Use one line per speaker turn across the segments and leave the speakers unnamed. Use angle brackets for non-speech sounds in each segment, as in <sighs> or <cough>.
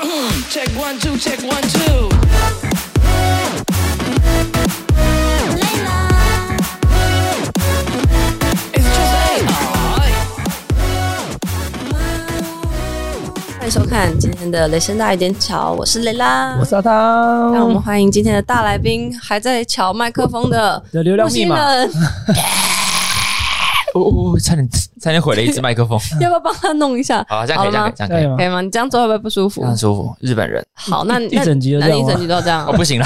Mm, check one, two, check one, two.
累了，
It's just AI.
欢迎收看今天的《雷声大一点巧》，我是雷拉，
我是阿汤，
让我们欢迎今天的大来宾，还在抢麦克风的
的流量密码
木星人，
<laughs>
哦哦，哦差点差点毁了一只麦克风。
要不要帮他弄一下？
好，这样可以，这
了
样
吗
可以，这样
可
可
以
以，
吗
可？以吗？你这样做会不会不舒服
这？样舒服。日本人，
好，那
啊一整集都
那
这样
那
吗
一整集都这样
哦，。不行了，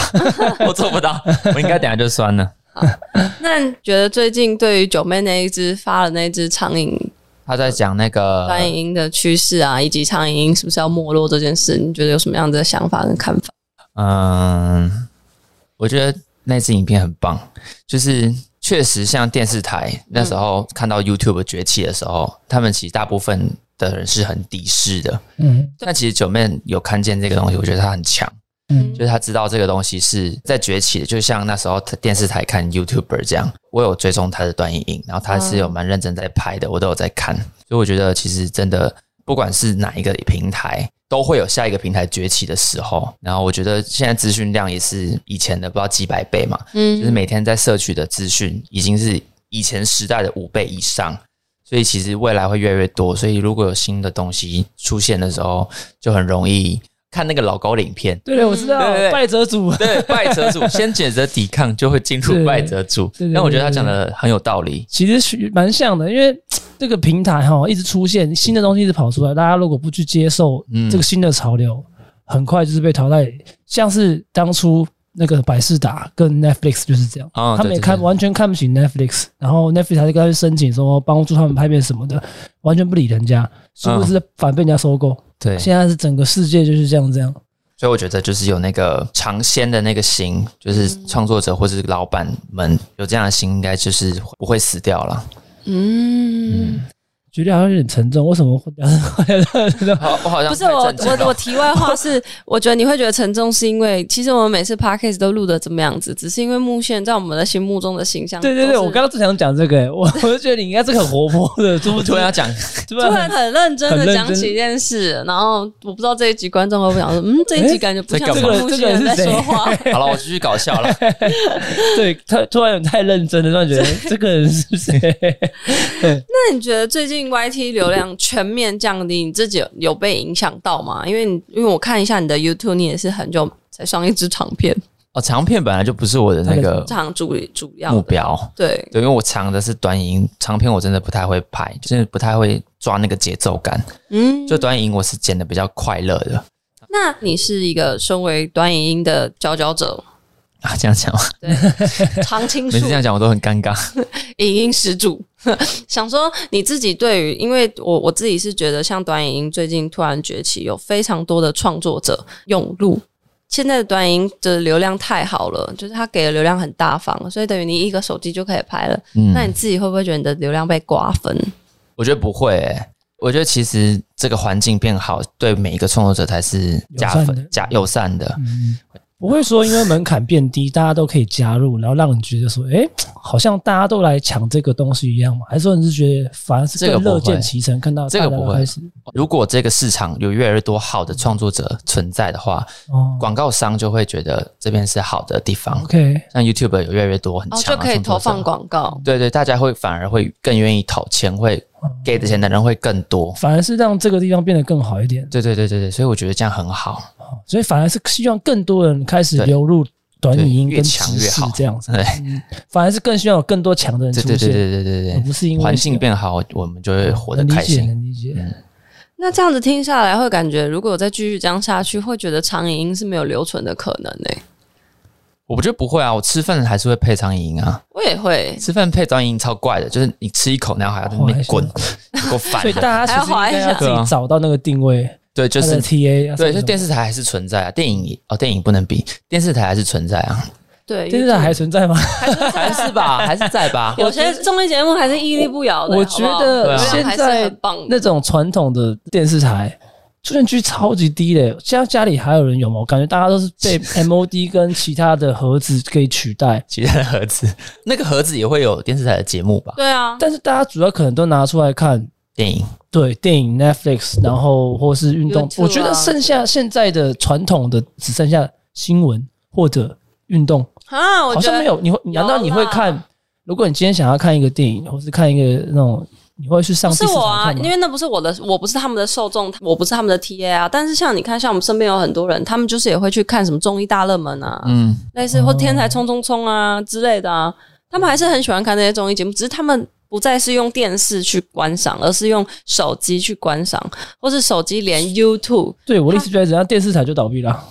<laughs> 我做不到，我应该等下就酸了。
那你觉得最近对于九妹那一只发了那一只苍蝇
他在讲那个
短影音的趋势啊，以及苍蝇音是不是要没落这件事，你觉得有什么样的想法跟看法？
嗯，我觉得那支影片很棒，就是确实像电视台那时候看到 YouTube 崛起的时候，他们其实大部分的人是很敌视的。
嗯
但其实九妹有看见这个东西，我觉得她很强，
嗯
就是她知道这个东西是在崛起的，就像那时候电视台看 YouTuber 这样。我有追踪她的短影音，然后她是有蛮认真在拍的，我都有在看，所以我觉得其实真的不管是哪一个平台，都会有下一个平台崛起的时候。然后我觉得现在资讯量也是以前的不知道几百倍嘛，
嗯
就是每天在摄取的资讯已经是以前时代的五倍以上，所以其实未来会越来越多。所以如果有新的东西出现的时候，就很容易看那个老高的影片，
对嗯对，我知道
对对对
败者组，
<laughs> 对败者组先选择抵抗，就会进
对
入败者组
对对。
但我觉得他讲的很有道理。
其实是蛮像的，因为这个平台哈一直出现新的东西一直跑出来，大家如果不去接受
嗯
这个新的潮流，很快就是被淘汰。像是当初那个百事达跟 Netflix 就是这样，
哦
他们
对
也
对
看
对
完全看不起 Netflix，然后 Netflix 还是跟他去申请说帮助他们拍片什么的，完全不理人家，殊不知反被人家收购。
嗯对，
现在是整个世界就是这样这样。
所以我觉得就是有那个尝鲜的那个心，就是创作者或是老板们有这样的心，应该就是不会死掉了。
嗯，
觉得好像有点沉重，为什么会聊到
好，我好像
不是
太
我
震惊
我
了
我题外话是，我觉得你会觉得沉重，是因为其实我们每次 podcast 都录的怎么样子，只是因为木线在我们的心目中的形象都
对
是，
对对，我刚刚正想讲这个、欸，我 <laughs> 我就觉得你应该是个很活泼
<laughs>
的，突
我突然要讲
突
突
然
然很认真
很
的
认
讲
真
起一件事，然后我不知道这一集观众会不会想说，嗯，这一集
诶
感觉不
在
像
干
是
嘛
木
这
线
个人
人在
这个
说
人是谁
话。 <laughs>
好了，我继续搞笑 <laughs> 了。
对，他突然有太认真了，突然觉
<laughs>
得欸这个人是谁？
那你觉得最近 YT 流量全面降低，你自己有有被影响到吗？因为你因为我看一下你的 YouTube，你也是很久才上一支长片，
哦，长片本来就不是我的那个
这行主主要的
目标，
对，
对，因为我长的是短影，长片我真的不太会拍，真的不太会抓那个节奏感。
嗯，
就短影我是剪的比较快乐的
那你是一个身为短影音的佼佼者，
啊，这样讲吗，
对，常青
每
树
次这样讲我都很尴尬。 <laughs>
影音始祖， <laughs> 想说你自己对于，因为我我自己是觉得，像短影音最近突然崛起，有非常多的创作者涌入。现在的短影音的流量太好了，就是它给的流量很大方，所以等于你一个手机就可以拍了。那你
嗯，
自己会不会觉得你的流量被瓜分？
我觉得不会、欸，我觉得其实这个环境变好，对每一个创作者才是加
友善的
分、加友善的。
<laughs> 不会说因为门槛变低，大家都可以加入，然后让你觉得说，哎、好像大家都来抢这个东西一样嘛？还是说你是觉得反而是
这个
更
不会
乐见其成，看到
这个
大家
不会
开始
如果这个市场有越来越多好的创作者存在的话，
哦
广告商就会觉得这边是好的地方。
，OK，
像 YouTube 有越来越多很
哦，
强、
就
的
可以
创作
投放
者
广告。
对对，大家会反而会更愿意投钱，会
嗯
给的钱的人会更多。
反而是让这个地方变得更好一点，哦
对对对对对，所以我觉得这样很好。
所以反而是希望更多人开始
对
流入短影音跟
对越
直
强越
视
好
这样子，
对
反而是更希望有更多强的人
对
出
对对
现。
对对对
而不
对
是因
对，
为
环境变好，我们就会活得
能理
开
解，
心。嗯
能理解。
那这样子听下来，会感觉如果我再继续这样下去，会觉得长影音是没有留存的可能欸呢、
我觉得不会啊，我吃饭还是会配苍蝇啊，
我也会，
吃饭配苍蝇超怪的，就是你吃一口，然后还要在
哦
那边滚，够烦
所以
的。
大家其实应该要自
还要划一下
己找到那个定位，
对，就
它的
是
TA 啊什么什么。
对，就电视台还是存在啊，电影也哦，电影不能比，电视台还是存在啊，
对，
电视台还存在吗？
还是 <laughs> 吧，还是在吧。
有些综艺节目还是屹立不摇的。
<laughs> 我
好不好
觉得
流
啊
量
现
还是
在
很棒
那
的，
种传统的电视台出现率超级低的，现在家里还有人有吗？我感觉大家都是
<laughs>
被 MOD 跟其他的盒子给取代，
其他的盒子，那个盒子也会有电视台的节目吧？
对啊，
但是大家主要可能都拿出来看
电影，
对电影 Netflix，然后或是运动
YouTube，啊
我觉得剩下现在的传统的只剩下新闻或者运动，
啊，我
好
觉
像没
得
有。你会难道你会
啦
看？如果你今天想要看一个电影，或是看一个那种，你会去上
不
第
是
四
我
台
啊，
看吗
因？为那不是我的，我不是他们的受众，我不是他们的 TA 啊。但是像你看，像我们身边有很多人，他们就是也会去看什么综艺大热门啊，
嗯，
类似或
哦
天才冲冲冲啊之类的啊，他们还是很喜欢看那些综艺节目，只是他们不再是用电视去观赏，而是用手机去观赏，或是手机连 YouTube
对我的意思就是，人家电视台就倒闭了啊。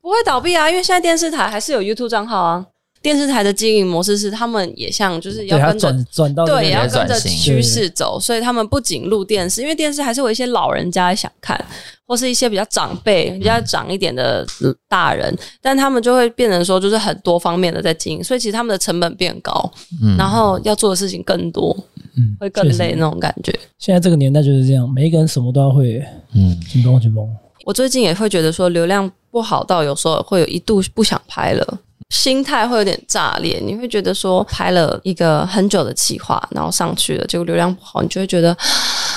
不会倒闭啊，因为现在电视台还是有 YouTube 账号啊。电视台的经营模式是他们也像就是要
对他
跟着
转转到
对，也
那
要
个
跟
转
着
型
趋势走，所以他们不仅录电视，因为电视还是有一些老人家想看，或是一些比较长辈、比较长一点的呃大人，但他们就会变成说，就是很多方面的在经营，所以其实他们的成本变高，
嗯
然后要做的事情更多，
嗯
会更
确实
累那种感觉。
现在这个年代就是这样，每一个人什么都要会，
嗯，
紧绷紧绷。
我最近也会觉得说，流量不好到有时候会有一度不想拍了。心态会有点炸裂，你会觉得说拍了一个很久的企划，然后上去了，结果流量不好，你就会觉得 <sighs>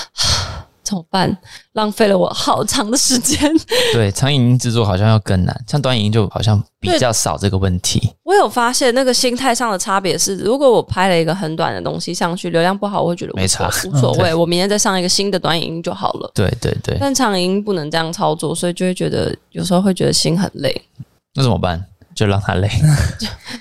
怎么办？浪费了我好长的时间。 <laughs>
对，长影音制作好像要更难，像短影音就好像比较少这个问题。
我有发现那个心态上的差别是，如果我拍了一个很短的东西上去，流量不好，我会觉得无所
没差
无所谓，我明天再上一个新的短影音就好了。
对对对，
但长影音不能这样操作，所以就会觉得有时候会觉得心很累。
那怎么办？就让他累。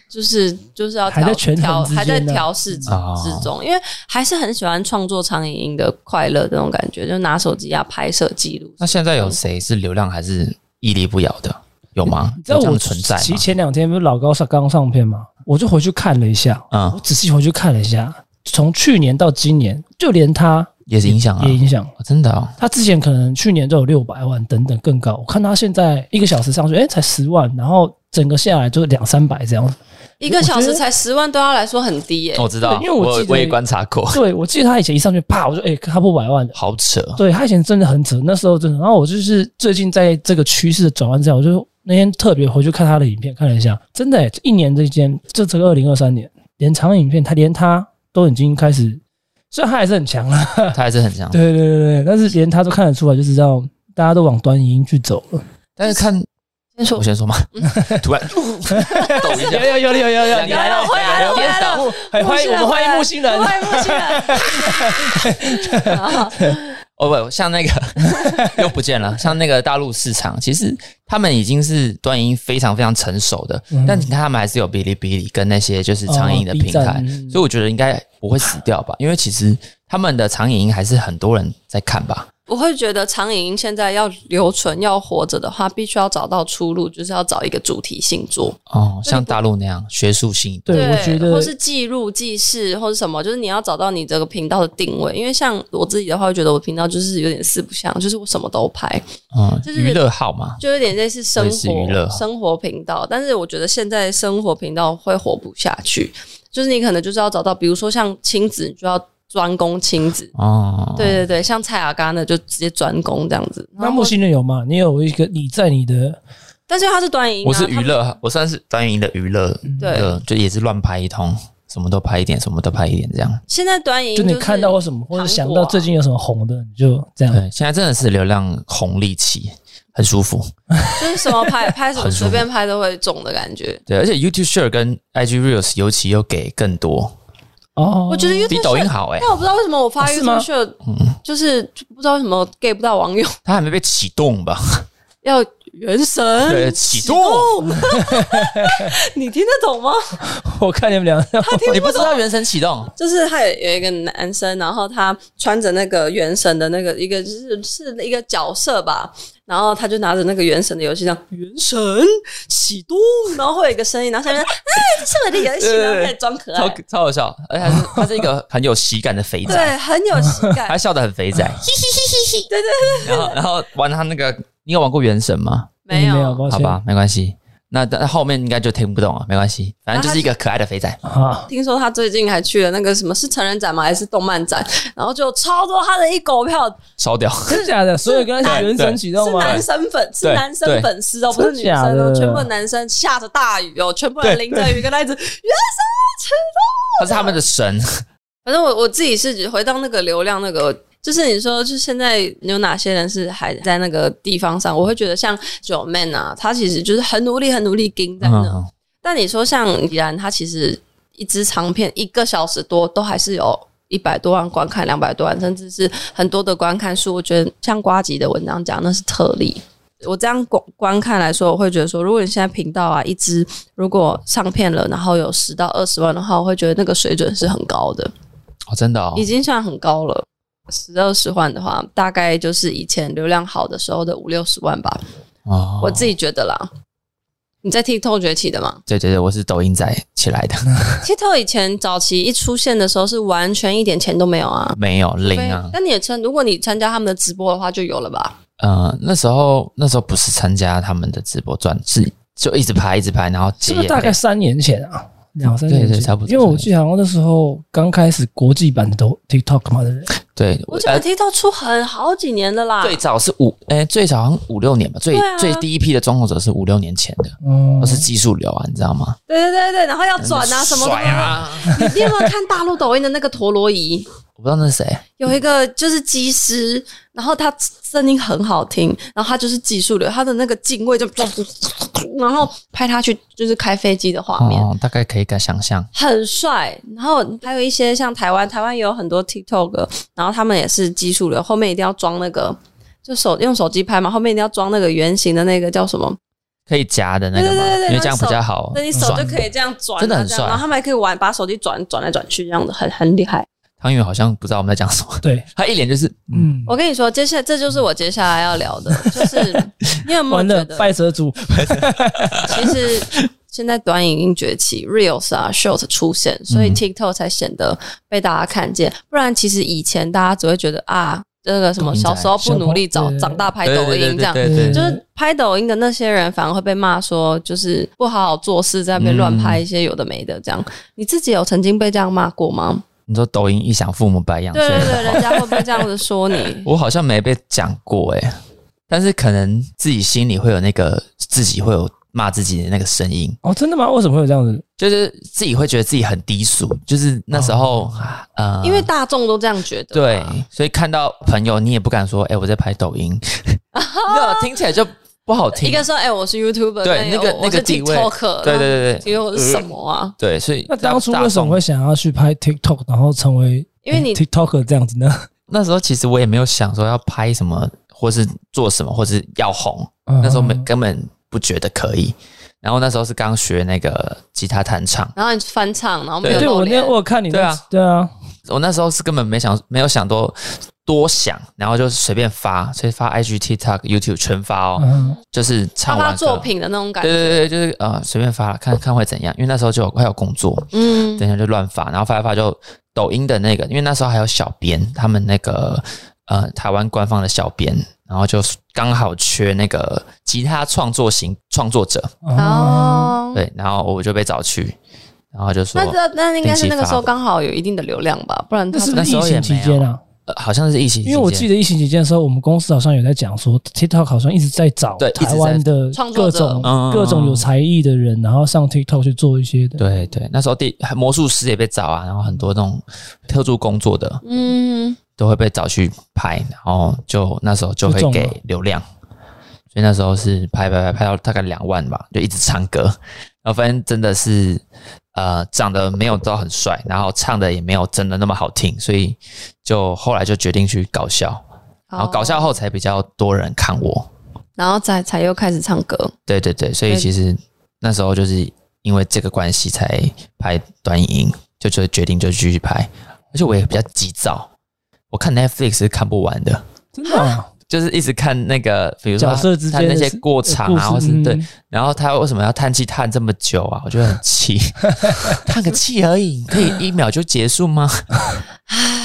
就是就是要
还
调
在权衡
调
之间呢啊
还在调试之
哦
之中，因为还是很喜欢创作长影音的快乐这种感觉，就拿手机啊拍摄记录。
那现在有谁是流量还是屹立不摇的？有吗？
你知道
有这
我
样存在
其
吗
实？前两天不是老高上刚上片嘛，我就回去看了一下，我
嗯，
仔细回去看了一下，从去年到今年，就连他
也是影响啊
也，影响。
哦真的哦。
他之前可能去年都有六百万等等更高，我看他现在一个小时上去，哎、才十万，然后整个下来就是两三百这样子。
一个小
我觉
时
得
才十万，对他来说很低耶、
我知道，
对因为我
我
记得
也观察过，
对，我记得他以前一上去，啪，我就哎、诶他破百万的。
好扯。
对他以前真的很扯，那时候真的。然后我就是最近在这个趋势的转换之下，我就那天特别回去看他的影片，看了一下，真的、欸、一年之间，这这个二零二三年，连长影片他连他都已经开始，虽然他还是很强了，
他还是很强，
对对对对，但是连他都看得出来，就知道大家都往端影音去走了。
但是看
先说
我先说嘛，突然抖一下，
有有有有有
你来了
回来了回来了，
很
木
哎欢
星
迎
人
我们欢迎木星人
我。欢迎木星人。
<laughs>
啊
哦不，像那个 <laughs> 又不见了，像那个大陆市场，其实他们已经是端影音非常非常成熟的，但你看他们还是有哔哩哔哩跟那些就是长影音的平
哦，B
台
站，嗯
所以我觉得应该不会死掉吧，因为其实他们的长影音还是很多人在看吧，
我会觉得长影音现在要留存、要活着的话，必须要找到出路，就是要找一个主题性做。
哦，像大陆那样学术性，
对我觉得
或是记录、记事，或是什么，就是你要找到你这个频道的定位。因为像我自己的话，会觉得我频道就是有点四不像，就是我什么都拍，
嗯，
就是
娱乐号嘛，
就有点类似生
类似娱
活
乐
生活频道。但是我觉得现在生活频道会活不下去，就是你可能就是要找到，比如说像亲子，你就要专攻亲子。
哦，
对对对，像蔡雅刚那就直接专攻这样子。
那木星人有吗？你有一个你在你的
但是他是短影音、啊，
我是
他
娱乐，我算是短影音的娱乐，
对
呃，就也是乱拍一通，什么都拍一点，什么都拍一点这样。
现在短影音
就你
是
看到或什么，或者想
糖
到
果啊
最近有什么红的，你就这样。
对，现在真的是流量红利期，很舒服。
就是什么
<laughs>
拍拍什么
很舒
随
服
便拍都会中的感觉。
对，而且 YouTube Share 跟 IG Reels 尤其又给更多，
哦，
我觉得 YouTube
比抖音好哎、
但我不知道为什么我发
啊是吗
YouTube 秀，
嗯
就是不知道为什么 get 不到网友
它还没被启动吧？
要原神
对，启动。
动， <laughs> 你听得懂吗？
我看你们俩，
你不知道原神启动？
就是他有有一个男生，然后他穿着那个原神的那个一个就是是一个角色吧，然后他就拿着那个原神的游戏这样原神启动，然后会有一个声音，然后下面哎这是我的游戏，
对对对
然后开始装可
超
爱，
超好笑，而且还
<laughs>
是他是一个很有喜感的肥
对，
仔，
很有喜
他
感，
笑得很
<laughs>
肥仔。
对对对，
然后然后玩他那个，你有玩过原神吗？
没
没有，
有。
抱
好
歉
吧，没关系。那但后面应该就听不懂了，没关系，反正就是一个可爱的肥仔。
啊，
听说他最近还去了那个什么是成人展吗？还是动漫展？然后就超多他的一狗票
烧掉，
真的假的？所有跟他原神启动
是
吗？
男生粉，是
对
男生粉丝哦，不是女生
真
哦
的假，的
全部的男生下着大雨哦，全部人淋着雨跟他一直， <laughs>
他是他们的神。
反正我我自己是回到那个流量那个。就是你说，就现在有哪些人是还在那个地方上？我会觉得像九妹啊，她其实就是很努力、很努力盯在那。
嗯，
但你说像李兰，她其实一支长片一个小时多，都还是有一百多万观看、两百多万，甚至是很多的观看数。我觉得像瓜吉的文章讲，那是特例。我这样观观看来说，我会觉得说，如果你现在频道啊，一支如果上片了，然后有十到二十万的话，我会觉得那个水准是很高的，
哦，真的哦
已，经算很高了。十二十万的话，大概就是以前流量好的时候的五六十万吧，
哦，
我自己觉得啦。你在 TikTok 崛起的
<laughs>
吗？
对对对，我是抖音仔起来
<laughs>
的，
TikTok 以前早期一出现的时候是完全一点钱都没有啊。
没有零
对
啊，
但你也参，如果你参加他们的直播的话，就有了吧？
呃，那时候那时候不是参加他们的直播转，是就一直拍一直拍，然后
是
接
不是大概三年前啊？两三年前，
对对差不多
因为我记得好像那时候刚开始国际版的都 TikTok 嘛，对不对？
对，呃
我记得 TikTok 出很好几年的啦。
最早是五，哎、最早好像五六年吧，最、
对啊
最第一批的装红者是五六年前的，
嗯
都，是技术流啊，你知道吗？
对对对对，然后要转啊什么的。
甩啊！
你你有没有看大陆抖音的那个陀螺仪？
我不知道那是谁，
有一个就是技师，然后他声音很好听，然后他就是技术流，他的那个敬畏就，然后拍他去就是开飞机的画面。
哦，大概可以敢想象，
很帅。然后还有一些像台湾，台湾也有很多 TikTok，然后他们也是技术流，后面一定要装那个，就手用手机拍嘛，后面一定要装那个圆形的那个叫什么？
哦可以夹的那个
对
嘛，
对对对
因为这样比较好
那你手就
转。
可以这样转啊，
真的很
这样
帅
然后他们还可以玩，把手机转转来转去，这样的很很厉害。
汤圆好像不知道我们在讲什么，
对，
<laughs> 他一脸就是嗯，
嗯，
我跟你说，接下来这就是我接下来要聊的，就是你有
<laughs>
没有
完了
觉，得，
拜蛇族，
其实现在短影音崛起，Reels 啊 Short 出现，所以 TikTok 才显得被大家看见。不然，其实以前大家只会觉得啊，这个什么
抖音仔
小时候不努力，早
小朋友
长大拍
对
抖
对对
音这样。
对
嗯
对对
就
对，
是拍抖音的那些人，反而会被骂说，就是不好好做事，在那边乱拍一些有的没的这样。你自己有曾经被这样骂过吗？
你说抖音一响父母白养，
对
所以
对
<laughs>
对，人家会不会这样子说你？ <laughs>
我好像没被讲过哎、但是可能自己心里会有那个自己会有骂自己的那个声音，
哦，真的吗？为什么会有这样子？
就是自己会觉得自己很低俗，就是那时候、呃，
哦因为啊大众都这样觉得。
对，所以看到朋友你也不敢说，哎、我在拍抖
<laughs>
音，那听起来就不好听。
一个说，哎，我是 YouTuber，
对那个
我
那个
是
地位
TikToker，
对对对
因
对
为我是什么啊？
对，所以
那当初
大
为什么会
大众
想要去拍 TikTok，然后成为
因为你
TikTok 这样子呢？
那时候其实我也没有想说要拍什么，或是做什么，或是要红，
嗯
那时候没根本不觉得可以。然后那时候是刚学那个吉他弹唱，
然后你翻唱，然后没有
对，
露
我
脸
那我有看你那
对啊
对啊，
我那时候是根本没想没有想多多想，然后就随便发，所以发 IG、TikTok、YouTube 全发哦，
嗯，
就是
他
唱
发
完歌
作品的那种感
对
觉。
对对，就是呃随便发看看会怎样，因为那时候就有还有工作，
嗯，
等一下就乱发，然后发一发就抖音的那个，因为那时候还有小编，他们那个呃台湾官方的小编，然后就刚好缺那个吉他创作型创作者，
哦，
哦，
对，然后我就被找去，然后就说
那这那应该是那个时候
定期发布
刚好有一定的流量吧，不然
那
他
是不
那
是
时
疫
候也
情期
没有
间啊？
呃好像是疫情
因
期间，
为我记得疫情期间的时候，我们公司好像有在讲说，TikTok 好像一直在找
对一直在
台湾的
创作
各
者
种
嗯嗯嗯
各种有才艺的人，然后上 TikTok 去做一些的。
对对，那时候第魔术师也被找啊，然后很多那种特助工作的
嗯，
都会被找去拍，然后就那时候就会
就中了
给流量，所以那时候是拍拍拍拍到大概两万吧，就一直唱歌，然后发现真的是呃长得没有到很帅，然后唱的也没有真的那么好听，所以就后来就决定去搞笑，然后搞笑后才比较多人看我，
然后才才又开始唱
<laughs>
歌。
对对对，所以
对
其实那时候就是因为这个关系才拍短影音，就就决定就继续拍，而且我也比较急躁，我看 Netflix 是看不完的。
真的啊，
就是一直看那个，比如说
角色之
他
间的呃
那些过场啊，
故
或
事
是对
嗯，
然后他为什么要叹气叹这么久啊？我觉得很
<laughs>
气，叹个气而已，可以一秒就结束吗？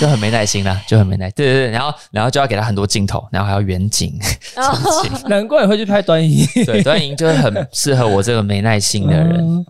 就很没耐心啦，就很没耐。对对对，然后然后就要给他很多镜头，然后还要远
<laughs>
景，
然后
场景
难怪你会去拍短影。
对，短影就是很适合我这个没耐心的人，
嗯，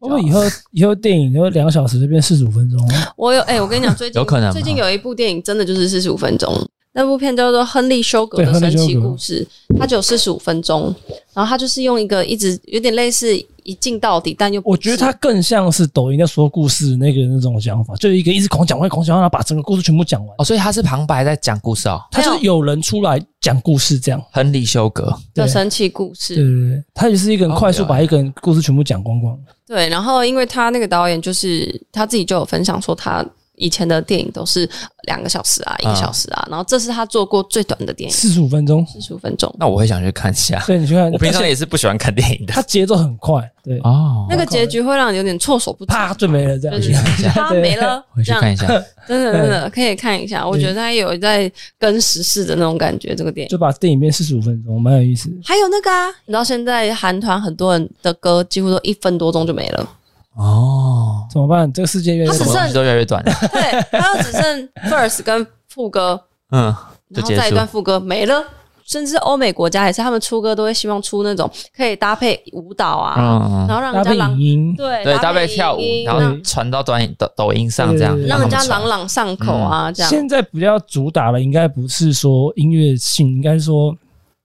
我们以后以后电影就两小时就变四十五分钟了， <laughs>
我有哎，我跟你讲，最近
有可能吗
最近有一部电影真的就是四十五分钟，那部片叫做《亨利·休格的
对亨
神
利
奇
休格
故事》，它只有四十五分钟，然后它就是用一个一直有点类似一镜到底，但又不
我觉得
是
他更像是抖音在说故事那个那种讲法，就是一个一直狂讲话，狂讲话，然后把整个故事全部讲完。
哦，所以他是旁白在讲故事哦。
他就是有人出来讲故事这样。
亨利·休格，
的
对
神奇故
对对
事。
对，对他也是一个人
哦
快速
了解
把一个人故事全部讲光光。
对，然后因为他那个导演就是他自己就有分享说他。以前的电影都是两个小时啊，一个
嗯
小时啊，然后这是他做过最短的电影，
四十五分钟，
四十五分钟。
那我会想去看
<laughs>
一下。
对，你去看，
我平
而
常
且
也是不喜欢看电影的
他节奏很快，对，
哦
那个结局会让你有点措手不及，
啪就没了这样
就。是
<laughs>
他
对
没了，
回去
这样
看一下。嗯
真的真的可以看一下，我觉得他有在跟时事的那种感觉。这个电影
就把电影变四十五分钟，蛮有意思。
还有那个啊，你知道现在韩团很多人的歌几乎都一分多钟就没
<laughs>
了，
哦，
怎么办？这个世界越来
他
越
只
什么
剩
东西都越来越短了。
对，还有只剩 first 跟副歌，
嗯，就
然后
结
再一
束。
段副歌没了。甚至欧美国家也是，他们出歌都会希望出那种可以搭配舞蹈啊，
嗯，
然
嗯
后让
搭
人家
配
朗
影音，
对
对，搭配
音
跳舞，然
让
后传到短抖抖音上这样，
对
让人家
他们嗯
朗
传
朗上口啊，这样。
现在比较主打的应该不是说音乐性，应该是说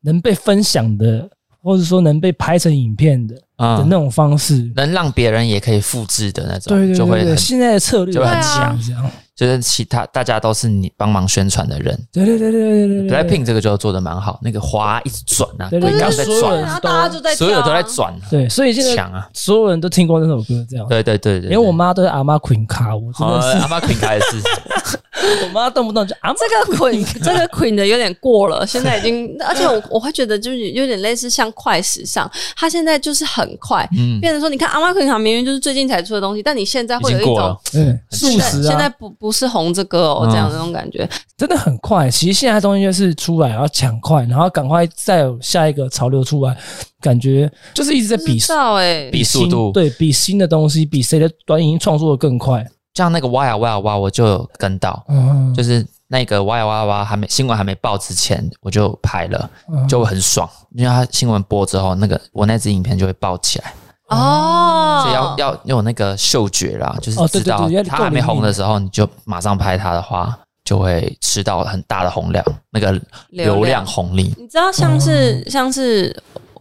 能被分享的，或者说能被拍成影片的的那
嗯，
种方式。
能让别人也可以复制的那种，
对对
就
对
会
对，
很
现在的策略
就会很
强
这样。
就是其他大家都是你帮忙宣传的人。
对对对对对对对对。
Blackpink 这个就做的蛮好，那个花一直转啊，
对
鬼
对
刚
对
在
对所有人
转，
然后大家就在
所有
跳
都
啊
在转，
对，所以现在
强啊！
所有人都听过那首歌，这样。
对对对对，
连我妈都是阿妈 Queen 卡，我真
好
的是
阿妈 Queen 开
<laughs>
的是，
我妈动不动就阿妈。
这个
<laughs>
queen 这个 queen 的有点过了，现在已
<laughs>
经，而且我我会觉得就是有点类似像快时尚，它现在就是很快，
嗯，
变成说你看阿妈 queen 卡明明就是最近才出的东西，但你现在
已
会有
经
一
过
种
了。
嗯，素
现在
食
现在
啊，
不不是红这个哦，
嗯
这样的那种感觉，
真的很快。其实现在东西就是出来，然后抢快，然后赶快再有下一个潮流出来，感觉就是一直在
不
比
知道哎，
比速
新
度
对比新的东西，比谁的短影音创作的更快。
像那个哇呀哇呀哇，我就有跟到，
嗯，
就是那个哇呀哇呀哇还没新闻还没报之前，我就拍了，
嗯
就很爽，因为它新闻播之后，那个我那支影片就会爆起来，所以
哦
要，要有那个嗅觉啦，就是
哦对
知
对
道
对要
它
够
还没
灵敏
红的时候，你就马上拍它的话，就会吃到很大的红量，那个流量红利。
你知道像是像是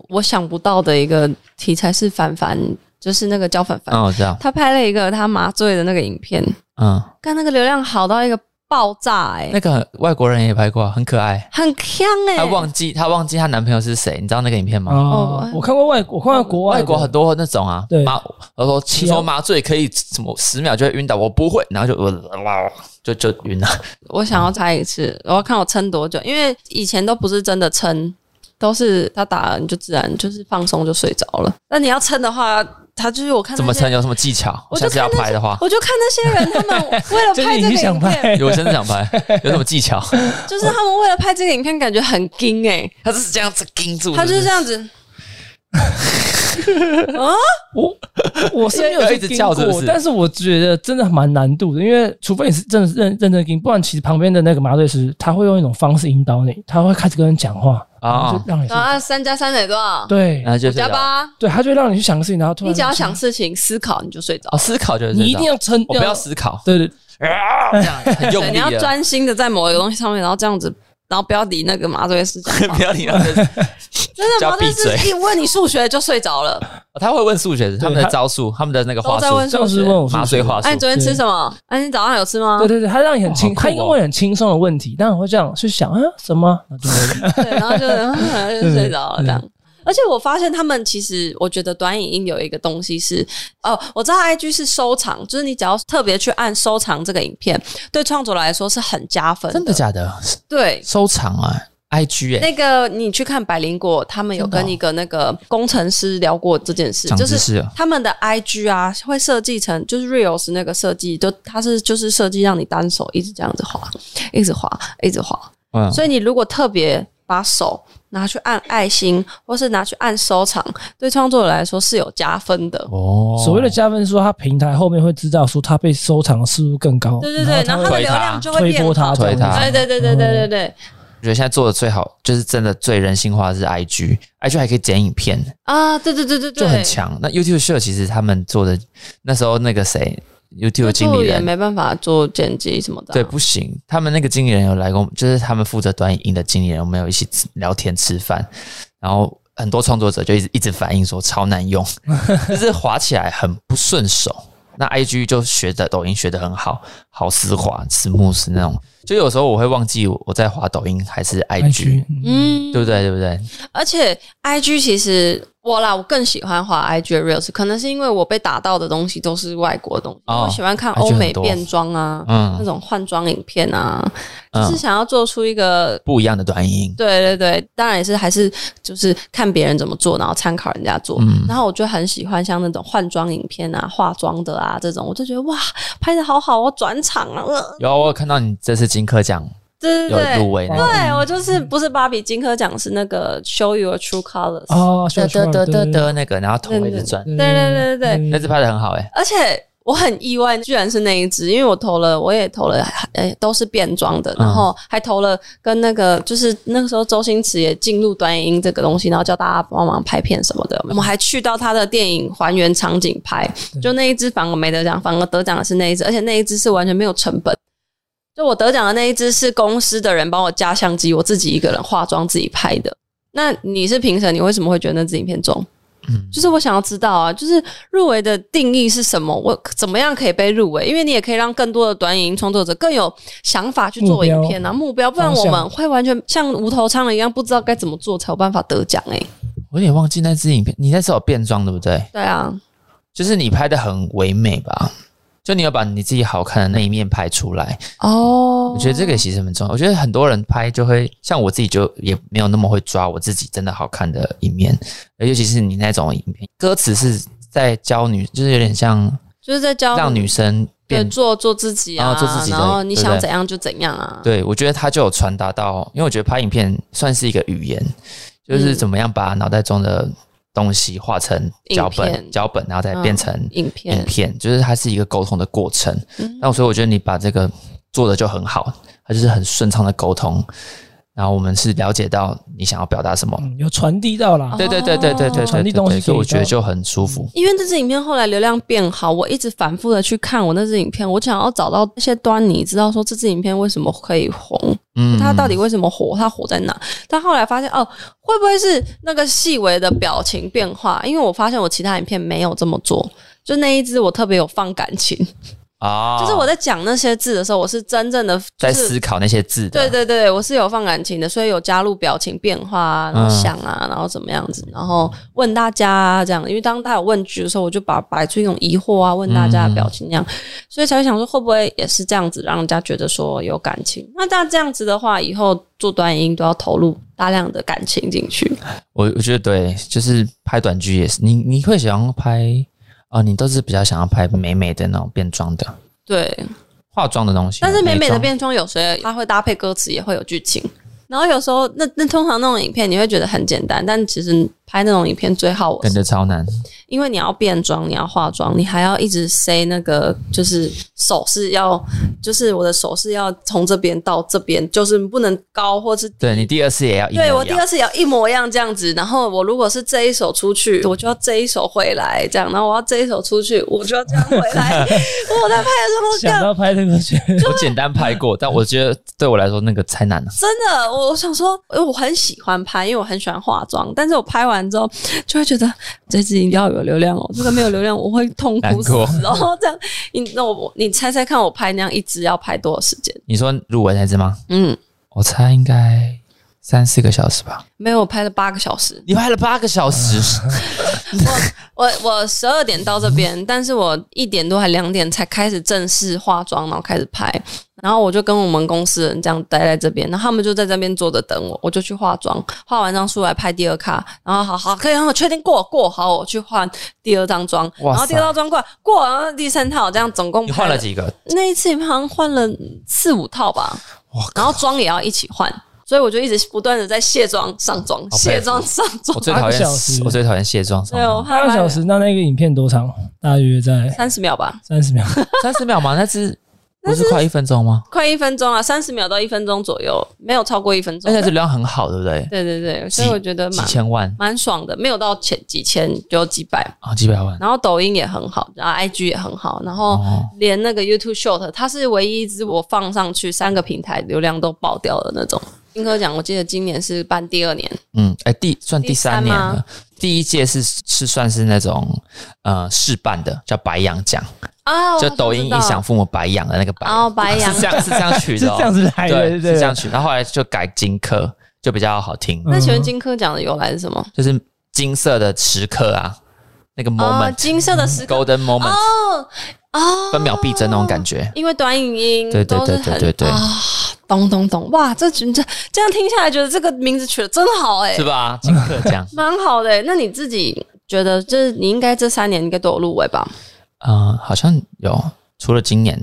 我想不到的一个题材是凡凡，就是那个焦凡凡，
嗯，这样，
他拍了一个他麻醉的那个影片，
嗯，
看那个流量好到一个爆炸哎
那，个外国人也拍过，很可爱。
很香哎、
她忘记她忘记她男朋友是谁，你知道那个影片吗？
哦
哦，
我看过外，我看过国外
外
的，
国很多那种啊
对，
麻，我说听说麻醉可以什么十秒就会晕倒，我不会，然后就我哇就 <laughs> 就晕了。
我想要猜一次，我要看我撑多久，因为以前都不是真的撑，都是他打了你就自然就是放松就睡着了。那你要撑的话，他就是我看
怎么
那些
撑？？啊有什么技巧？
我就
下次要拍的话，
我就看那些人，他们
<laughs>
为了
这
拍
是
这个
你
影
想
片， <laughs>
拍，
有真的想拍，有什么技巧？ <laughs>
就是他们为了拍这个影片，感觉很惊哎、
他就是这样子盯住，
他就是
不
这样子，
我我是没有
要
去
一直
盯
叫
过
是不是
但是我觉得真的蛮难度的，因为除非你是真的认认真盯，不然其实旁边的那个麻醉师他会用一种方式引导你，他会开始跟人讲话，然后
啊
就，让你去
然后三加三等于多少？
对
然后就
五
是
加八，
对，他就会让你去想个事情，然后突然
你只要想事情、思考，你就睡着
哦，。思考就是这
你
样
一定要撑，
我不要思考，
对对，
啊这样很用
对，你
力
要
<laughs> 的，
专心的在某一个东西上面，然后这样子，然后不要理那个麻醉师讲话
<laughs> 不。要理他们。
真的
叫
麻醉
闭嘴
师一问你数学就睡着
<laughs>
了。
哦他会问数学，他们的招数，他们的那个话
都在问
术，
上次问我
麻醉话术
哎，你。昨天吃什么？哎，你早上有吃吗
对？对对，他让你很轻，
哦好酷哦
他应该会很轻松的问题，但我会这样去想啊什么，然后就
对，然
没了
哦
后就嗯
<laughs>
然后就睡着了
对
这样。而且我发现他们其实，我觉得短影音有一个东西是，哦，我知道 IG 是收藏，就是你只要特别去按收藏这个影片，对创作来说是很加分
真的假的？
对，
收藏啊，IG 哎，
那个你去看百灵果，他们有
真的哦
跟一个那个工程师聊过这件事，
长
就
知识
是
了
他们的 IG 啊会设计成就是 Reels 那个设计，就它是就是设计让你单手一直这样子滑，一直滑，一直滑，
嗯，
所以你如果特别把手拿去按爱心，或是拿去按收藏，对创作者来说是有加分的。
哦
所谓的加分是说，他平台后面会知道说他被收藏的次数更高，
对对对，
然
然
后
后
他
它的
会
会
流量就会
推
变
波他
好。哎
推他
对对对对对对对
我觉得现在做的最好，就是真的最人性化的是 IG，IG 还可以剪影片，
啊！对对对对对，
就很强。那 YouTube 社其实他们做的那时候那个谁 YouTube 经
做
理
也
人。
没办法做剪辑什么的啊、
对，不行。他们那个经理人有来跟我们，就是他们负责短影音的经理人，我们有一起吃聊天吃饭，然后很多创作者就一直一直反映说超难
<laughs>
用，就是滑起来很不顺手。那 IG 就学的抖音学的很好，好丝滑、慈木是那种。就有时候我会忘记我我在滑抖音还是 IG，,
IG，嗯
嗯，
对不对？对不对？
而且 I G 其实我啦，我更喜欢滑 I G 的 reels，可能是因为我被打到的东西都是外国东西，
哦
我喜欢看
IG
欧美
很多
变装啊，那
嗯，
种换装影片啊，就
嗯
是想要做出一个。
不一样的短音。
对对对，当然也是还是就是看别人怎么做，然后参考人家做。
嗯
然后我就很喜欢像那种换装影片啊、化妆的啊这种，我就觉得哇，拍的好好哦，转场啊，呃、
有啊，我有看到你这次金科奖
对
有
对对
入，围那个，
对我就是不是芭比金科奖是那个 Show Your True Colors，、
哦，
得
秀
得
出来
得
对
得得那个，然后头一直转，
对
对对对对
那次拍的很好哎、
而且我很意外，居然是那一只，因为我投了，我也投了，呃、都是变装的，然后还投了跟那个，就是那个时候周星驰也进入短影音这个东西，然后叫大家帮忙拍片什么的。我们还去到他的电影还原场景拍，就那一只反而没得奖，反而得奖的是那一只，而且那一只是完全没有成本。就我得奖的那一只是公司的人帮我架相机，我自己一个人化妆自己拍的。那你是评审，你为什么会觉得那支影片中？
嗯
就是我想要知道啊，就是入围的定义是什么？我怎么样可以被入围？因为你也可以让更多的短影音创作者更有想法去做影片啊，目标，不然我
方
们会完全像无头苍蝇一样，不知道该怎么做才有办法得奖哎、
我有点忘记那支影片，你那时候有变装对不对？
对啊，
就是你拍的很唯美吧？就你有把你自己好看的那一面拍出来，
哦，
我觉得这个其实很重要。我觉得很多人拍就会像我自己，就也没有那么会抓我自己真的好看的一面，尤其是你那种影片，歌词是在教女，就是有点像
就是在教
让女生
哦对
变。
做做自己啊，
啊做自己的
然后你
对不
想
对
怎样就怎样啊，
对，我觉得他就有传达到，因为我觉得拍影片算是一个语言，
嗯
就是怎么样把脑袋中的东西画成脚
影
本，
片嗯
脚本，然后再变成
影
影
片嗯
片，就是它是一个沟通的过程。那、所以我觉得你把这个做的就很好，它就是很顺畅的沟通。然后我们是了解到你想要表达什么，
嗯有传递到
哦
啦。
对对对对对对对
传递
对
东西
对，所以我
给到
觉得就很舒服。
因为这支影片后来流量变好，我一直反复的去看我那支影片，我想要找到一些端倪，知道说这支影片为什么可以红，
嗯，
它到底为什么火，它火在哪？但后来发现哦，会不会是那个细微的表情变化？因为我发现我其他影片没有这么做，就那一支我特别有放感情，
啊，
就是我在讲那些字的时候，我是真正的、就
在
是、
思考那些字的，
对啊对对，我是有放感情的，所以有加入表情变化啊，然后想啊，然后怎么样子，然后问大家啊，这样，因为当他有问句的时候，我就把摆出一种疑惑啊，问大家的表情那样，所以才会想说会不会也是这样子，让人家觉得说有感情。那大家这样子的话，以后做短影音都要投入大量的感情进去。
我我觉得对，就是拍短剧也是，你你会想要拍啊、你都是比较想要拍美美的那种变装的
对，
化妆的东西，
但是美美的
妆
变装有时候它会搭配歌词，也会有剧情。然后有时候，那那通常那种影片你会觉得很简单，但其实拍那种影片最好我
感觉超难，
因为你要变装，你要化妆，你还要一直塞那个，就是手势要，就是我的手势要从这边到这边，就是不能高或是。
对你第二次也要一模一
对
样
我第二次也要一模一样这样子，然后我如果是这一手出去，
<laughs>
我就要这一手回来，这样，然后我要这一手出去，我就要这样回来。 <laughs> 我在拍的时候，
想到拍这个，觉得
我简单拍过，但我觉得对我来说那个太难了。
真的，我我想说，呃我很喜欢拍，因为我很喜欢化妆，但是我拍完之后就会觉得这支一定要有流量哦，这个没有流量我会痛苦死哦 <laughs>
难过。
然后这样，你那我你猜猜看，我拍那样一支要拍多少时间？
你说入围那只吗？
嗯，
我猜应该三四个小时吧。啊
没有，我拍了八个小时。
你拍了八个小时， <laughs>
我我十二点到这边，但是我一点多还两点才开始正式化妆，然后开始拍。然后我就跟我们公司人这样待在这边，然后他们就在这边坐着等我，我就去化妆，化完妆出来拍第二卡，然后好好可以让我确定过过好，我去换第二张妆，然
哇塞
后第二张妆过来过，然后第三套这样总共
你
拍
换了？几个？
那一次好像换了四五套吧，
哇
然后妆也要一起换，所以我就一直不断的在卸妆上妆，
佩服
卸妆上妆
我，最讨
八个
厌
小时，
我最讨厌卸妆。
对我拍
八个小时，那那个影片多长？大约在
三十秒吧。
三十秒。
<laughs>
三十秒吗？那只不是快一分钟吗？
快一分钟啊，三十秒到一分钟左右，没有超过一分钟
而且
的。
这流量很好，对不对？
对对对，
几
所以我觉得
几
蛮
千万
蛮爽的，没有到前几千，就几百。
啊、几百万，
然后抖音也很好，然后 IG 也很好，然后
哦
连那个 YouTube Short，它是唯一一支我放上去三个平台流量都爆掉的那种。金科奖，我记得今年是办第二年，
嗯，哎、第算第
第三
三年
吗
了。第一届是是算是那种呃试办的，叫白羊奖，
啊，
就抖音
影
影响父母白羊的那个白羊，
哦白羊
<laughs> 是这样是这样取
<laughs> 是
的、哦，
这样子来的，
对，是这样取。然后后来就改金科，就比较好听，
嗯
那请问金科奖的由来是什么？
就是金色的时刻啊，那个
哦，
moment，golden
金色的时刻
moment，、
哦哦，
分秒必争那种感觉。
因为短影音
对对
嗯都是
对对
很
对对，
啊懂懂懂，哇，这群这这样听下来，觉得这个名字取得真好哎、
是吧？金克奖 <laughs>
蛮好的、欸。那你自己觉得，就是你应该这三年应该都有入围吧？
啊、呃好像有，除了今年，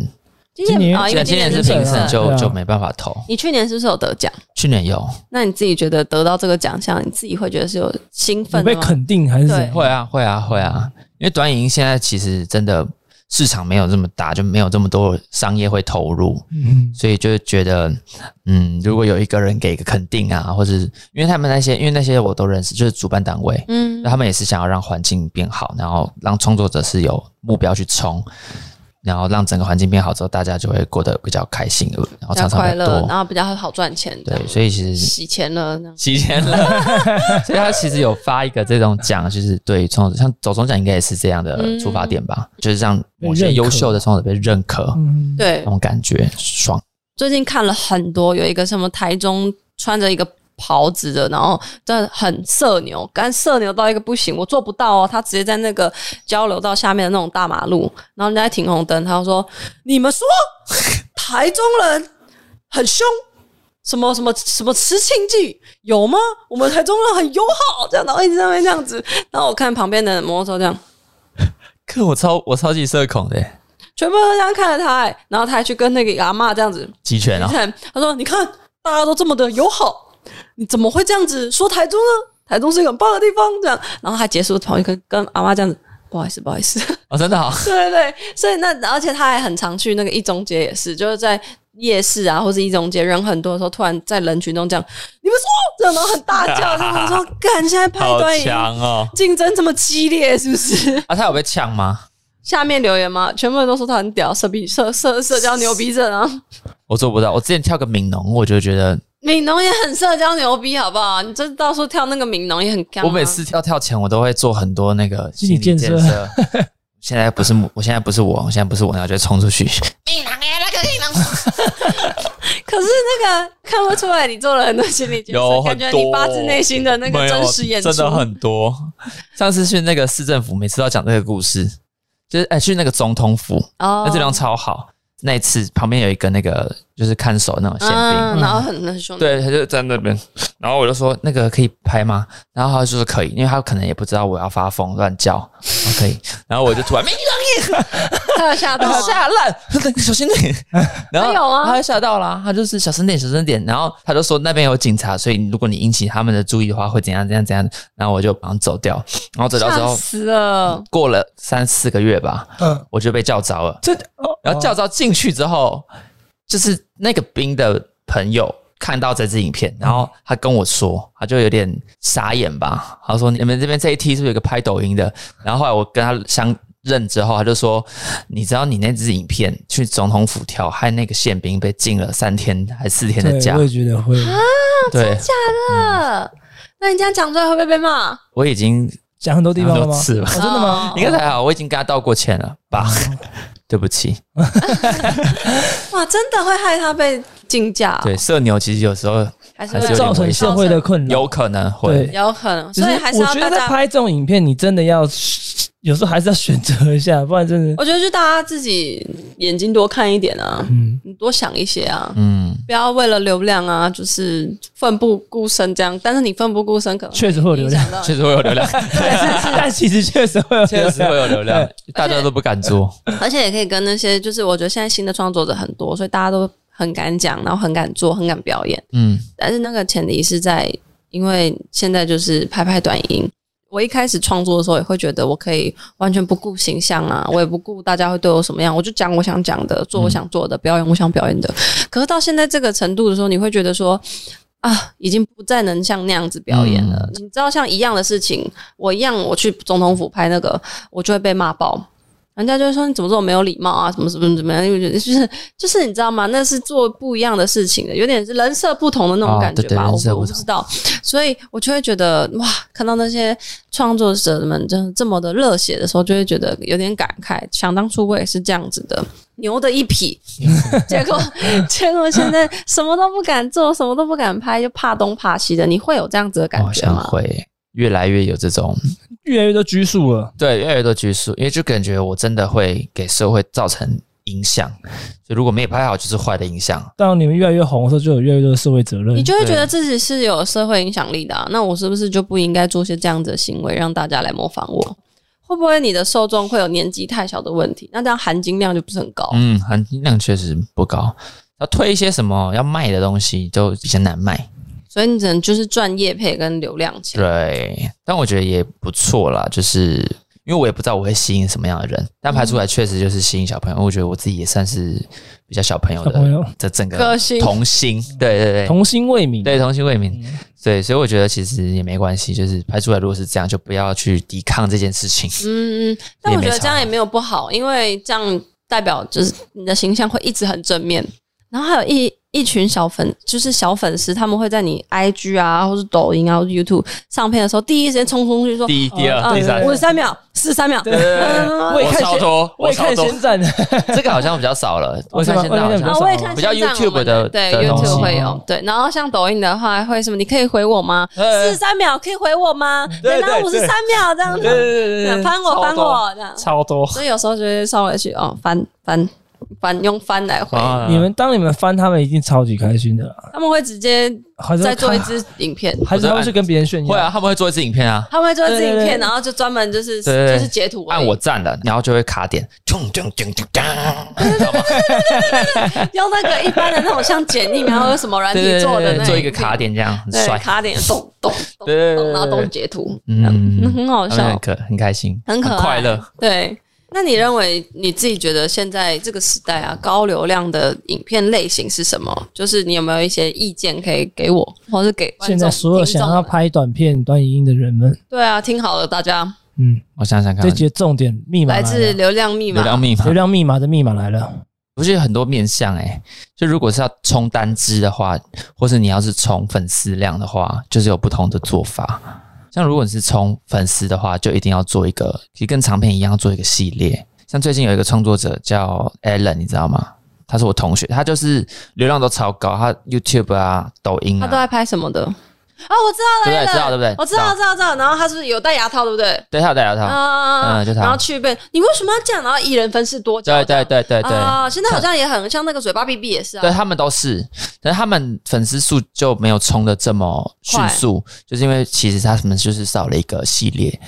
今
今年
啊，因
今
为
年今年是
是
评
评
审，
审
就、
对啊
就没办法投。
你去年是不是有得奖？
去年有，
那你自己觉得得到这个奖项，你自己会觉得是有兴
你
奋哦的
被
吗？
哦
肯定还是怎样
会啊，会啊，会啊，因为短影音现在其实真的市场没有这么大，就没有这么多商业会投入，
嗯，
所以就觉得，嗯，如果有一个人给一个肯定啊，或者是因为他们那些，因为那些我都认识，就是主办单位，
嗯
那他们也是想要让环境变好，然后让创作者是有目标去冲。然后让整个环境变好之后，大家就会过得比较开心，然后
比较
常常
快
会
乐，然
多
后比较好赚钱，这样
对，所以其实
洗钱了这样。
洗钱 <laughs> 了，所以他其实有发一个这种奖，就是对于创作者，像走中奖应该也是这样的
嗯
出发点吧，就是让
被
某
认
些
可
优秀的创作者被认可，
嗯，
对
那，种感觉爽。
最近看了很多，有一个什么台中穿着一个袍子的，然后真的很色牛，干色牛到一个不行，我做不到哦。他直接在那个交流道下面的那种大马路，然后人家在停红灯，他就说：“你们说台中人很凶。”什么什么什么吃庆忌有吗？我们台中人很友好，这样，然后一直在那边这样子。然后我看旁边的摩托车这样，
可我超我超级社恐的
全部都这样看着他、欸，然后他还去跟那个阿嬷这样子
集权啊
你，看，他说：“你看，大家都这么的友好，你怎么会这样子说台中呢？台中是一个很棒的地方。”这样，然后他结束的时候，跑去跟跟阿妈这样子。不好意思，不好意思，
<laughs> 哦，真的好，
对对对，所以那而且他还很常去那个一中街，也是就是在夜市啊，或是一中街人很多的时候，突然在人群中这样，你们说，这样然后很大叫，就想说，干，现在拍短影
哦！
竞争这么激烈，是不是？
啊，他有被呛吗？
下面留言嘛，全部人都说他很屌，社比社社社交牛逼症啊。
我做不到。我之前跳个悯农，我就觉得
悯农也很社交牛逼，好不好？你这到处跳那个悯农也很干、啊。
我每次要跳前，我都会做很多那个
心理建设
设。 <laughs> 现在不是我，我现在不是我，我现在不是我，然后就冲出去。
可是那个看不出来你做了很多心理建设，感觉你发自内心的那个真实演出，
多。上次去那个市政府，每次都要讲这个故事，就是哎、去那个总统府，
哦
那这地方超好。那一次旁边有一个那个就是看守那种宪兵，
嗯，然后很很凶，，
对，他就在那边，然后我就说那个可以拍吗？然后他就说可以，因为他可能也不知道我要发疯乱叫，我说可以。然后我就突然 <laughs> 没
他有
<laughs>
吓到啊，
吓烂，小心点。然后
他有啊
他就吓到啦，他就是小声点，小声点。然后他就说那边有警察，所以如果你引起他们的注意的话，会怎样怎样怎样。然后我就马上走掉，然后走掉之
吓
后，
死了。
过了三四个月吧，
嗯
我就被叫着了。
这哦
然后教招进去之后，就是那个兵的朋友看到这支影片，然
嗯
后他跟我说，他就有点傻眼吧，他说你们这边这一梯是不是有个拍抖音的？然后后来我跟他相。认之后，他就说：“你知道你那支影片去总统府跳，害那个宪兵被禁了三天还四天的
对，
假
我。也觉得会
啊
<laughs>
对，
呃那你这样讲出来会不会被骂？
我已经
讲很多地方了吗？
是吧？
哦真的吗？
哦
<laughs> 应该还好，我已经跟他道过歉了吧？ <laughs> 对不起。
哇，真的会害他被竞价哦，
对，社牛其实有时候
还是
还是
会
有点
造成社会的困扰
有。可能会
对，
有可能，
只
所以还是
我
要
觉
大
得在
家。
拍这种影片，你真的要有时候还是要选择一下，不然真的，
我觉得就大家自己眼睛多看一点啊，
嗯，
你多想一些啊，
嗯，
不要为了流量啊，就是奋不顾身这样。但是你奋不顾身，可能
确实会有流量
影响到啊人
确实会有流量，
但其实确实会有流
<laughs> 确
量，
实会有流量，大家都不敢做。
而且也可以跟那些，就是我觉得现在新的创作者很多，所以大家都很敢讲，然后很敢做，很敢表演。
嗯，
但是那个前提是在，因为现在就是拍拍短音。我一开始创作的时候，也会觉得我可以完全不顾形象啊，我也不顾大家会对我什么样，我就讲我想讲的，做我想做的，表演我想表演的。可是到现在这个程度的时候，你会觉得说。啊，已经不再能像那样子表演了。你知道，像一样的事情，我一样我去总统府拍那个，我就会被骂爆。人家就会说你怎么这么没有礼貌啊，什么什么怎么样？因为就是就是你知道吗？那是做不一样的事情的，有点是人设不同的那种
哦
感觉
对对
吧。
人设
我我
不
不
同
知道，所以我就会觉得哇，看到那些创作者们真的这么的热血的时候，就会觉得有点感慨。想当初我也是这样子的，牛的一匹，结果 <laughs> 结果现在什么都不敢做，什么都不敢拍，就怕东怕西的。你会有这样子的感
好
觉
像
吗？
会越来越有这种
越来越多拘束了。
对，越来越多拘束，因为就感觉我真的会给社会造成影响，所以如果没拍好，就是坏的影响。
当你们越来越红的时候，就有越来越多的社会责任。
你就会
对
觉得自己是有社会影响力的啊、那我是不是就不应该做些这样子的行为，让大家来模仿我？会不会你的受众会有年纪太小的问题？那这样含金量就不是很高。
嗯，含金量确实不高。要推一些什么要卖的东西，就比较难卖。
所以你只能就是赚业配跟流量钱。
对，但我觉得也不错啦，就是因为我也不知道我会吸引什么样的人，但拍出来确实就是吸引小朋友。我觉得我自己也算是比较小朋友
小朋友
的这整个
个性
童心，对对对，
童心未泯，
对童心未泯，对，所以我觉得其实也没关系，就是拍出来如果是这样，就不要去抵抗这件事情。
嗯嗯，但
也
我觉
没
得这样
差
也没有不好，因为这样代表就是你的形象会一直很正面。然后还有一一群小粉，就是小粉丝，他们会在你 IG 啊，或是抖音啊，或是 YouTube 上片的时候，第一时间冲出去说。
第一、第
二
啊
第三
五十三秒，四十三秒，
对对对
嗯
我也
我
看
超
先
多，
未看
超
<laughs>
多
先战的，
这个好像比较少了，我看
是吗
现在
我
好
看现在比较少
像
啊，我也看
比较
现在
YouTube
我们
的
对
的东
YouTube
西
会有对，然后像抖音的话会什么？你可以回我吗？
哎
四十三秒可以回我吗？
对对
然后五十三秒这样子，
对对对对，
翻啊我翻
超多，
我这样。
超多。
所以有时候就会稍微去哦翻翻翻，用翻来回，
啊
你们当你们翻他们，一定超级开心的啦，
他们会直接
还是
再
会
做一
看，
支影片，
还是他们去跟别人炫耀？
会啊，他们会做一支影片啊，
他们会做一支影
对对对
片，然后就专门就是
对对对
就是截图而已，
按我赞了，然后就会卡点，咚咚咚咚咚，你知道吗？
用那个一般的那种像剪映，然后有什么软体做的那
做一个卡，点这样很
对
帅，
卡点咚咚咚
对对对
咚，
对
然后咚截图，
嗯
嗯，很好
他们
笑
很，可很开心，
很可爱
快乐。
对。那你认为你自己觉得现在这个时代啊，高流量的影片类型是什么？就是你有没有一些意见可以给我，或者是给观
现在
众
所有
听
想
众啊
要
们
拍短片、短影音的人们，
对啊，听好了，大家
嗯，
我想想看
这，节重点密码
来
来
自
了
流量密
流量
码，
密码
流，量密码的密码来了，
我觉得很多面向哎，就如果是要冲单支的话，或是你要是冲粉丝量的话，就是有不同的做法。像如果你是冲粉丝的话，就一定要做一个，其实跟长片一样做一个系列。像最近有一个创作者叫 Alan，你知道吗？他是我同学，他就是流量都超高，他 YouTube 啊、抖音
他
啊，
都在拍什么的？啊，我知道
对
了，
不对知道对不对
我知道，
知
知道，知道。然后他是不是有戴牙套，对不对？
对，他有戴牙套，
啊
嗯就他
然后去被你为什么要这样？然后一人分饰多角，
对对对对对，
啊，现在好像也很像那个嘴巴闭闭也是啊，
对他们都是，但是他们粉丝数就没有冲的这么迅速，就是因为其实他们就是少了一个系列，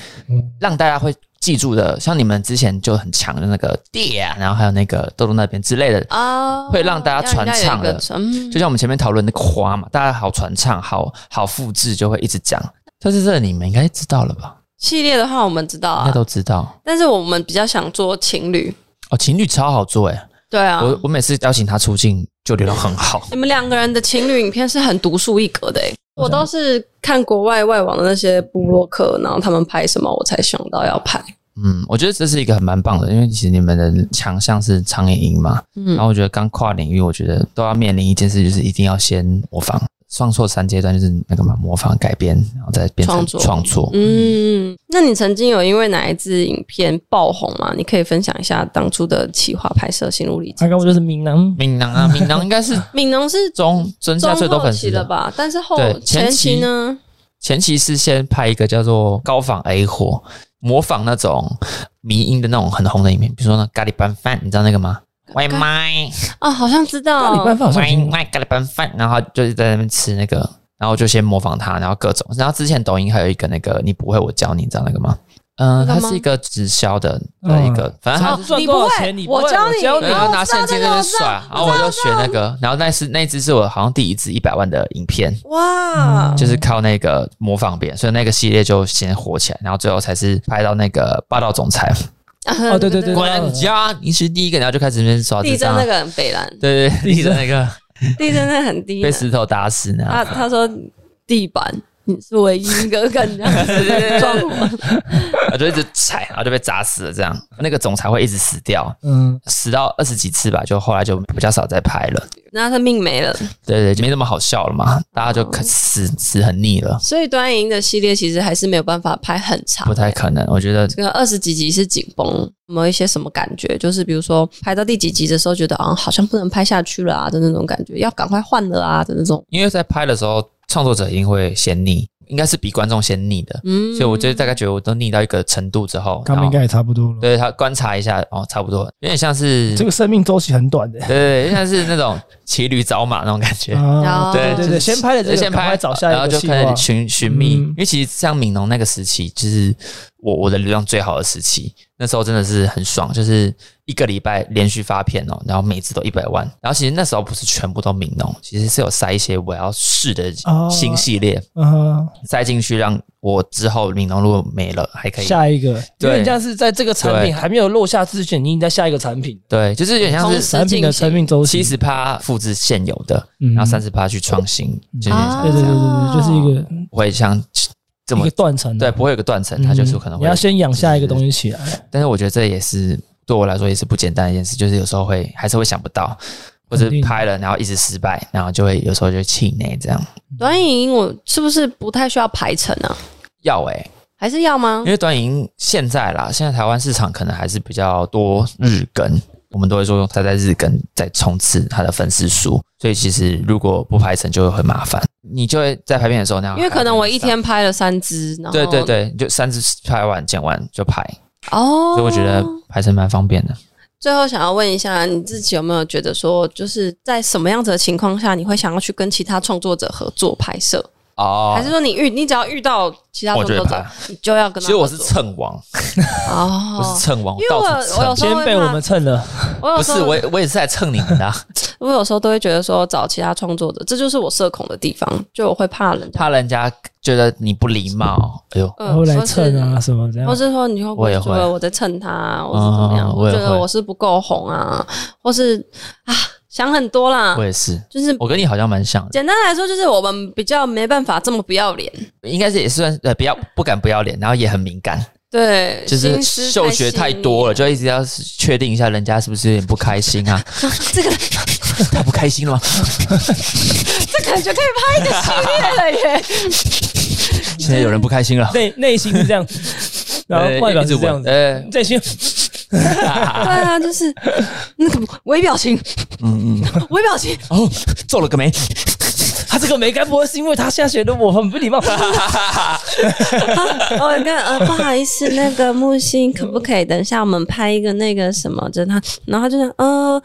让大家会记住的。像你们之前就很强的那个 d 啊，然后还有那个豆豆那边之类的，
啊，
会让大家传唱
让人
的
家有一个嗯
就像我们前面讨论那个花嘛，大家好传唱，好好复制，就会一直讲。但是这你们应该知道了吧？
系列的话，我们知道
应该
啊，
都知道
但是我们比较想做情侣，
哦。情侣超好做诶、
对啊，
我我每次邀请他出镜就流量很好。
你们两个人的情侣影片是很独树一格的、欸，我都是看国外外网的那些部落客，然后他们拍什么，我才想到要拍。
嗯，我觉得这是一个很蛮棒的，因为其实你们的强项是长影音嘛，
嗯
然后我觉得刚跨领域，我觉得都要面临一件事，就是一定要先模仿。创作三阶段就是那个嘛，模仿、改编，然后再变
创
成
作
创作。
嗯，那你曾经有因为哪一支影片爆红吗？你可以分享一下当初的企划拍摄心路历
他
程。
跟我就是闽南
哦
闽南啊，闽南应该是
敏农是 <laughs>
中中
中
下最多
后
粉
期
丝
了？吧？但是后
对
前
前期
期呢？
前期是先拍一个叫做高仿 A 货，模仿那种迷音的那种很红的影片，比如说那咖喱拌饭，你知道那个吗？外卖，
啊，好像知
那
道
你办法好像已
外
经
卖咖喱拌饭，然后就是在那边吃那个，然后就先模仿他，然后各种。然后之前抖音还有一个那个你不会我教你，你知道那个吗？嗯，它
吗
是一个直销的的一个，反正它
啊
是
哦
赚
你
多少
不会
钱你不
我
会
教
我
你哦
教
对，
你
然后拿
我知道
现金在那边甩，然后我就学那个，然后那是那一支是我好像第一支一百万的影片，
哇，
就是靠那个模仿别人，所以那个系列就先火起来，然后最后才是拍到那个霸道总裁，
啊
哦对对对
果然家你是第一个，然后就开始那边刷
地
这
震
张
嗯那，个很北
<laughs>
蓝，
对对，对地震那个
地震那个很低
被
能。
石头打死呢，
他他说地板你是唯一一个敢这样
<laughs>
子撞我，
然啊后就一直踩，然后就被砸死了，这样那个总裁会一直死掉，
嗯，
死到二十几次吧，就后来就比较少再拍了，
那他命没了。
对对，就没那么好笑了嘛，大家就可死死很腻了，
所以端银的系列其实还是没有办法拍很长
不。太可能，我觉得
这个二十几集是紧绷，有没有一些什么感觉？就是比如说拍到第几集的时候，觉得啊好像不能拍下去了啊的那种感觉，要赶快换了啊的那种。
因为在拍的时候，创作者一定会先腻，应该是比观众先腻的，
嗯，
所以我就大概觉得我都腻到一个程度之后，
他们应该
然后
也差不多了。
对他观察一下，哦，差不多，有点像是
这个生命周期很短的
对对，对有点像是那种骑驴找马那种感觉。
啊，
对
对
就
对，
是
先拍了这个，
先
赶
拍
快找下
然后
一个
就
计
开
划
始。寻寻觅，
嗯
因为其实像悯农那个时期，就是我我的流量最好的时期，那时候真的是很爽，就是一个礼拜连续发片哦，然后每次都一百万，然后其实那时候不是全部都悯农，其实是有塞一些我要试的
哦
新系列，
嗯，
塞进去，让我之后悯农如果没了还可以。
下一个，因
对
为你这样是在这个产
对
品还没有落下之前，你已经在下一个产品，
对，就是有点像
同
是
时
产品
进行
的生命周期
七十趴复制现有的，
嗯
然后三十趴去创新，就有点像
对对对对对，就是一个
不会像这
一
么
个断层啊，
对，不会有个断层，
嗯，
它就是可能
你
会
要。先养下一个东西起来，
但是我觉得这也是对我来说也是不简单的一件事，就是有时候会还是会想不到，或者
肯定
拍了然后一直失败，然后就会有时候就气馁这样。
短影音我是不是不太需要排程啊？
要诶、
还是要吗
因？为短影音现在啦，现在台湾市场可能还是比较多日更，我们都会说它在日更在冲刺它的粉丝数，所以其实如果不拍成就会很麻烦，你就会在拍片的时候那样，
因为可能我一天拍了三支，然后
对对对，你就三支拍完剪完就拍，
哦，
所以我觉得拍成蛮方便的。
最后想要问一下，你自己有没有觉得说，就是在什么样子的情况下，你会想要去跟其他创作者合作拍摄？
哦
还是说你遇你只要遇到其他创
我
作
就会
者
拍，
你就要跟
其
他
实我
合作？
是蹭王，我
哦
是，蹭王，
因为
到
我
处
我有
蹭。
时候
先
会
被
怕
我们蹭了，
我有
不
时
是
候
我也，我也是在蹭你们的啊、
<laughs> 我有时候都会觉得说找其他创作者，这就是我社恐的地方，就我会怕人家，
怕人家觉得你不礼貌。哎呦，
嗯
然后来蹭啊，什么这样
或。是说你会不
我
会
也
觉
会
得我在蹭他、啊，或是怎么样？
嗯嗯嗯
我
我也
觉得
会
我是不够红啊，或是啊想很多啦
我，也是，
就是
我跟你好像蛮像的，
简单来说，就是我们比较没办法这么不要脸。
应该是也算呃，不要不敢不要脸，然后也很敏感，
对，
就是
心思
嗅觉太多了，
细腻
就一直要确定一下人家是不是有点不开心啊？
<laughs> 这个
<laughs> 他不开
<laughs>
心了吗？
这感觉可以拍一个系列了
<laughs>
耶。
现在有人不开心了，
内内心是这
<laughs>
样，然后外表
哎一直
是这样
闻，
子，
呃，
内心
对啊，就是那个微表情，
嗯嗯，
<laughs> 微表情，
哦，皱了
<laughs>
个眉，
他这个没该不会是因为他现在觉得我很不礼貌？
哦，那呃，不好意思，那个木星可不可以等一下我们拍一个那个什么，就是他，然后他就是呃。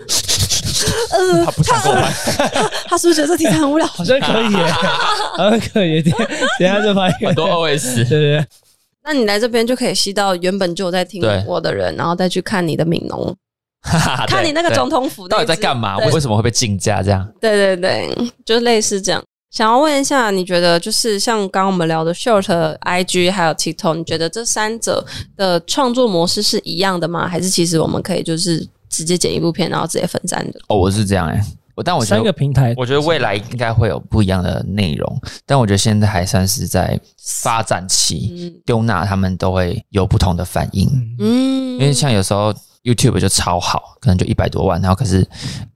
呃，
他不想跟我拍，
他是不是觉得这题材很无聊？
好像可以耶，好像可以耶，等等一下就拍一个
很，多 OS。
<laughs>
对对对，
<laughs> 那你来这边就可以吸到原本就有在听
对啊
我的人，然后再去看你的悯农，看你那个
对
总统府
到
那
底
一
在
支
干嘛？
对
为什么会被竞价这样？
对对对，就类似这样。想要问一下，你觉得就是像刚刚我们聊的 Short、IG 还有 TikTok，你觉得这三者的创作模式是一样的吗？还是其实我们可以就是直接剪一部片，然后直接分三的？
哦，我是这样哎、我但我觉
三个
得，
平台，
我觉得未来应该会有不一样的内容，但我觉得现在还算是在发展期，丢娜他们都会有不同的反应，
嗯，
因为像有时候 YouTube 就超好，可能就一百多万，然后可是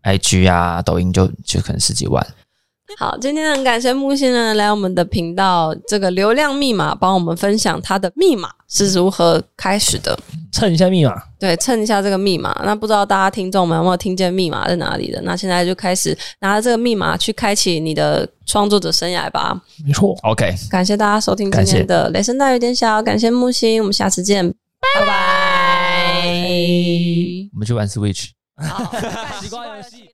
IG 啊、抖音就就可能十几万，
好，今天很感谢木星呢来我们的频道这个流量密码，帮我们分享他的密码是如何开始的。
蹭一下密码，
对，蹭一下这个密码。那不知道大家听众们有没有听见密码在哪里的？那现在就开始拿着这个密码去开启你的创作者生涯吧。
没错。
OK，
感谢大家收听今
感谢
天的雷声大雨点小，感谢木星，我们下次见，拜拜。
我们去玩 Switch。
好，
奇怪游戏。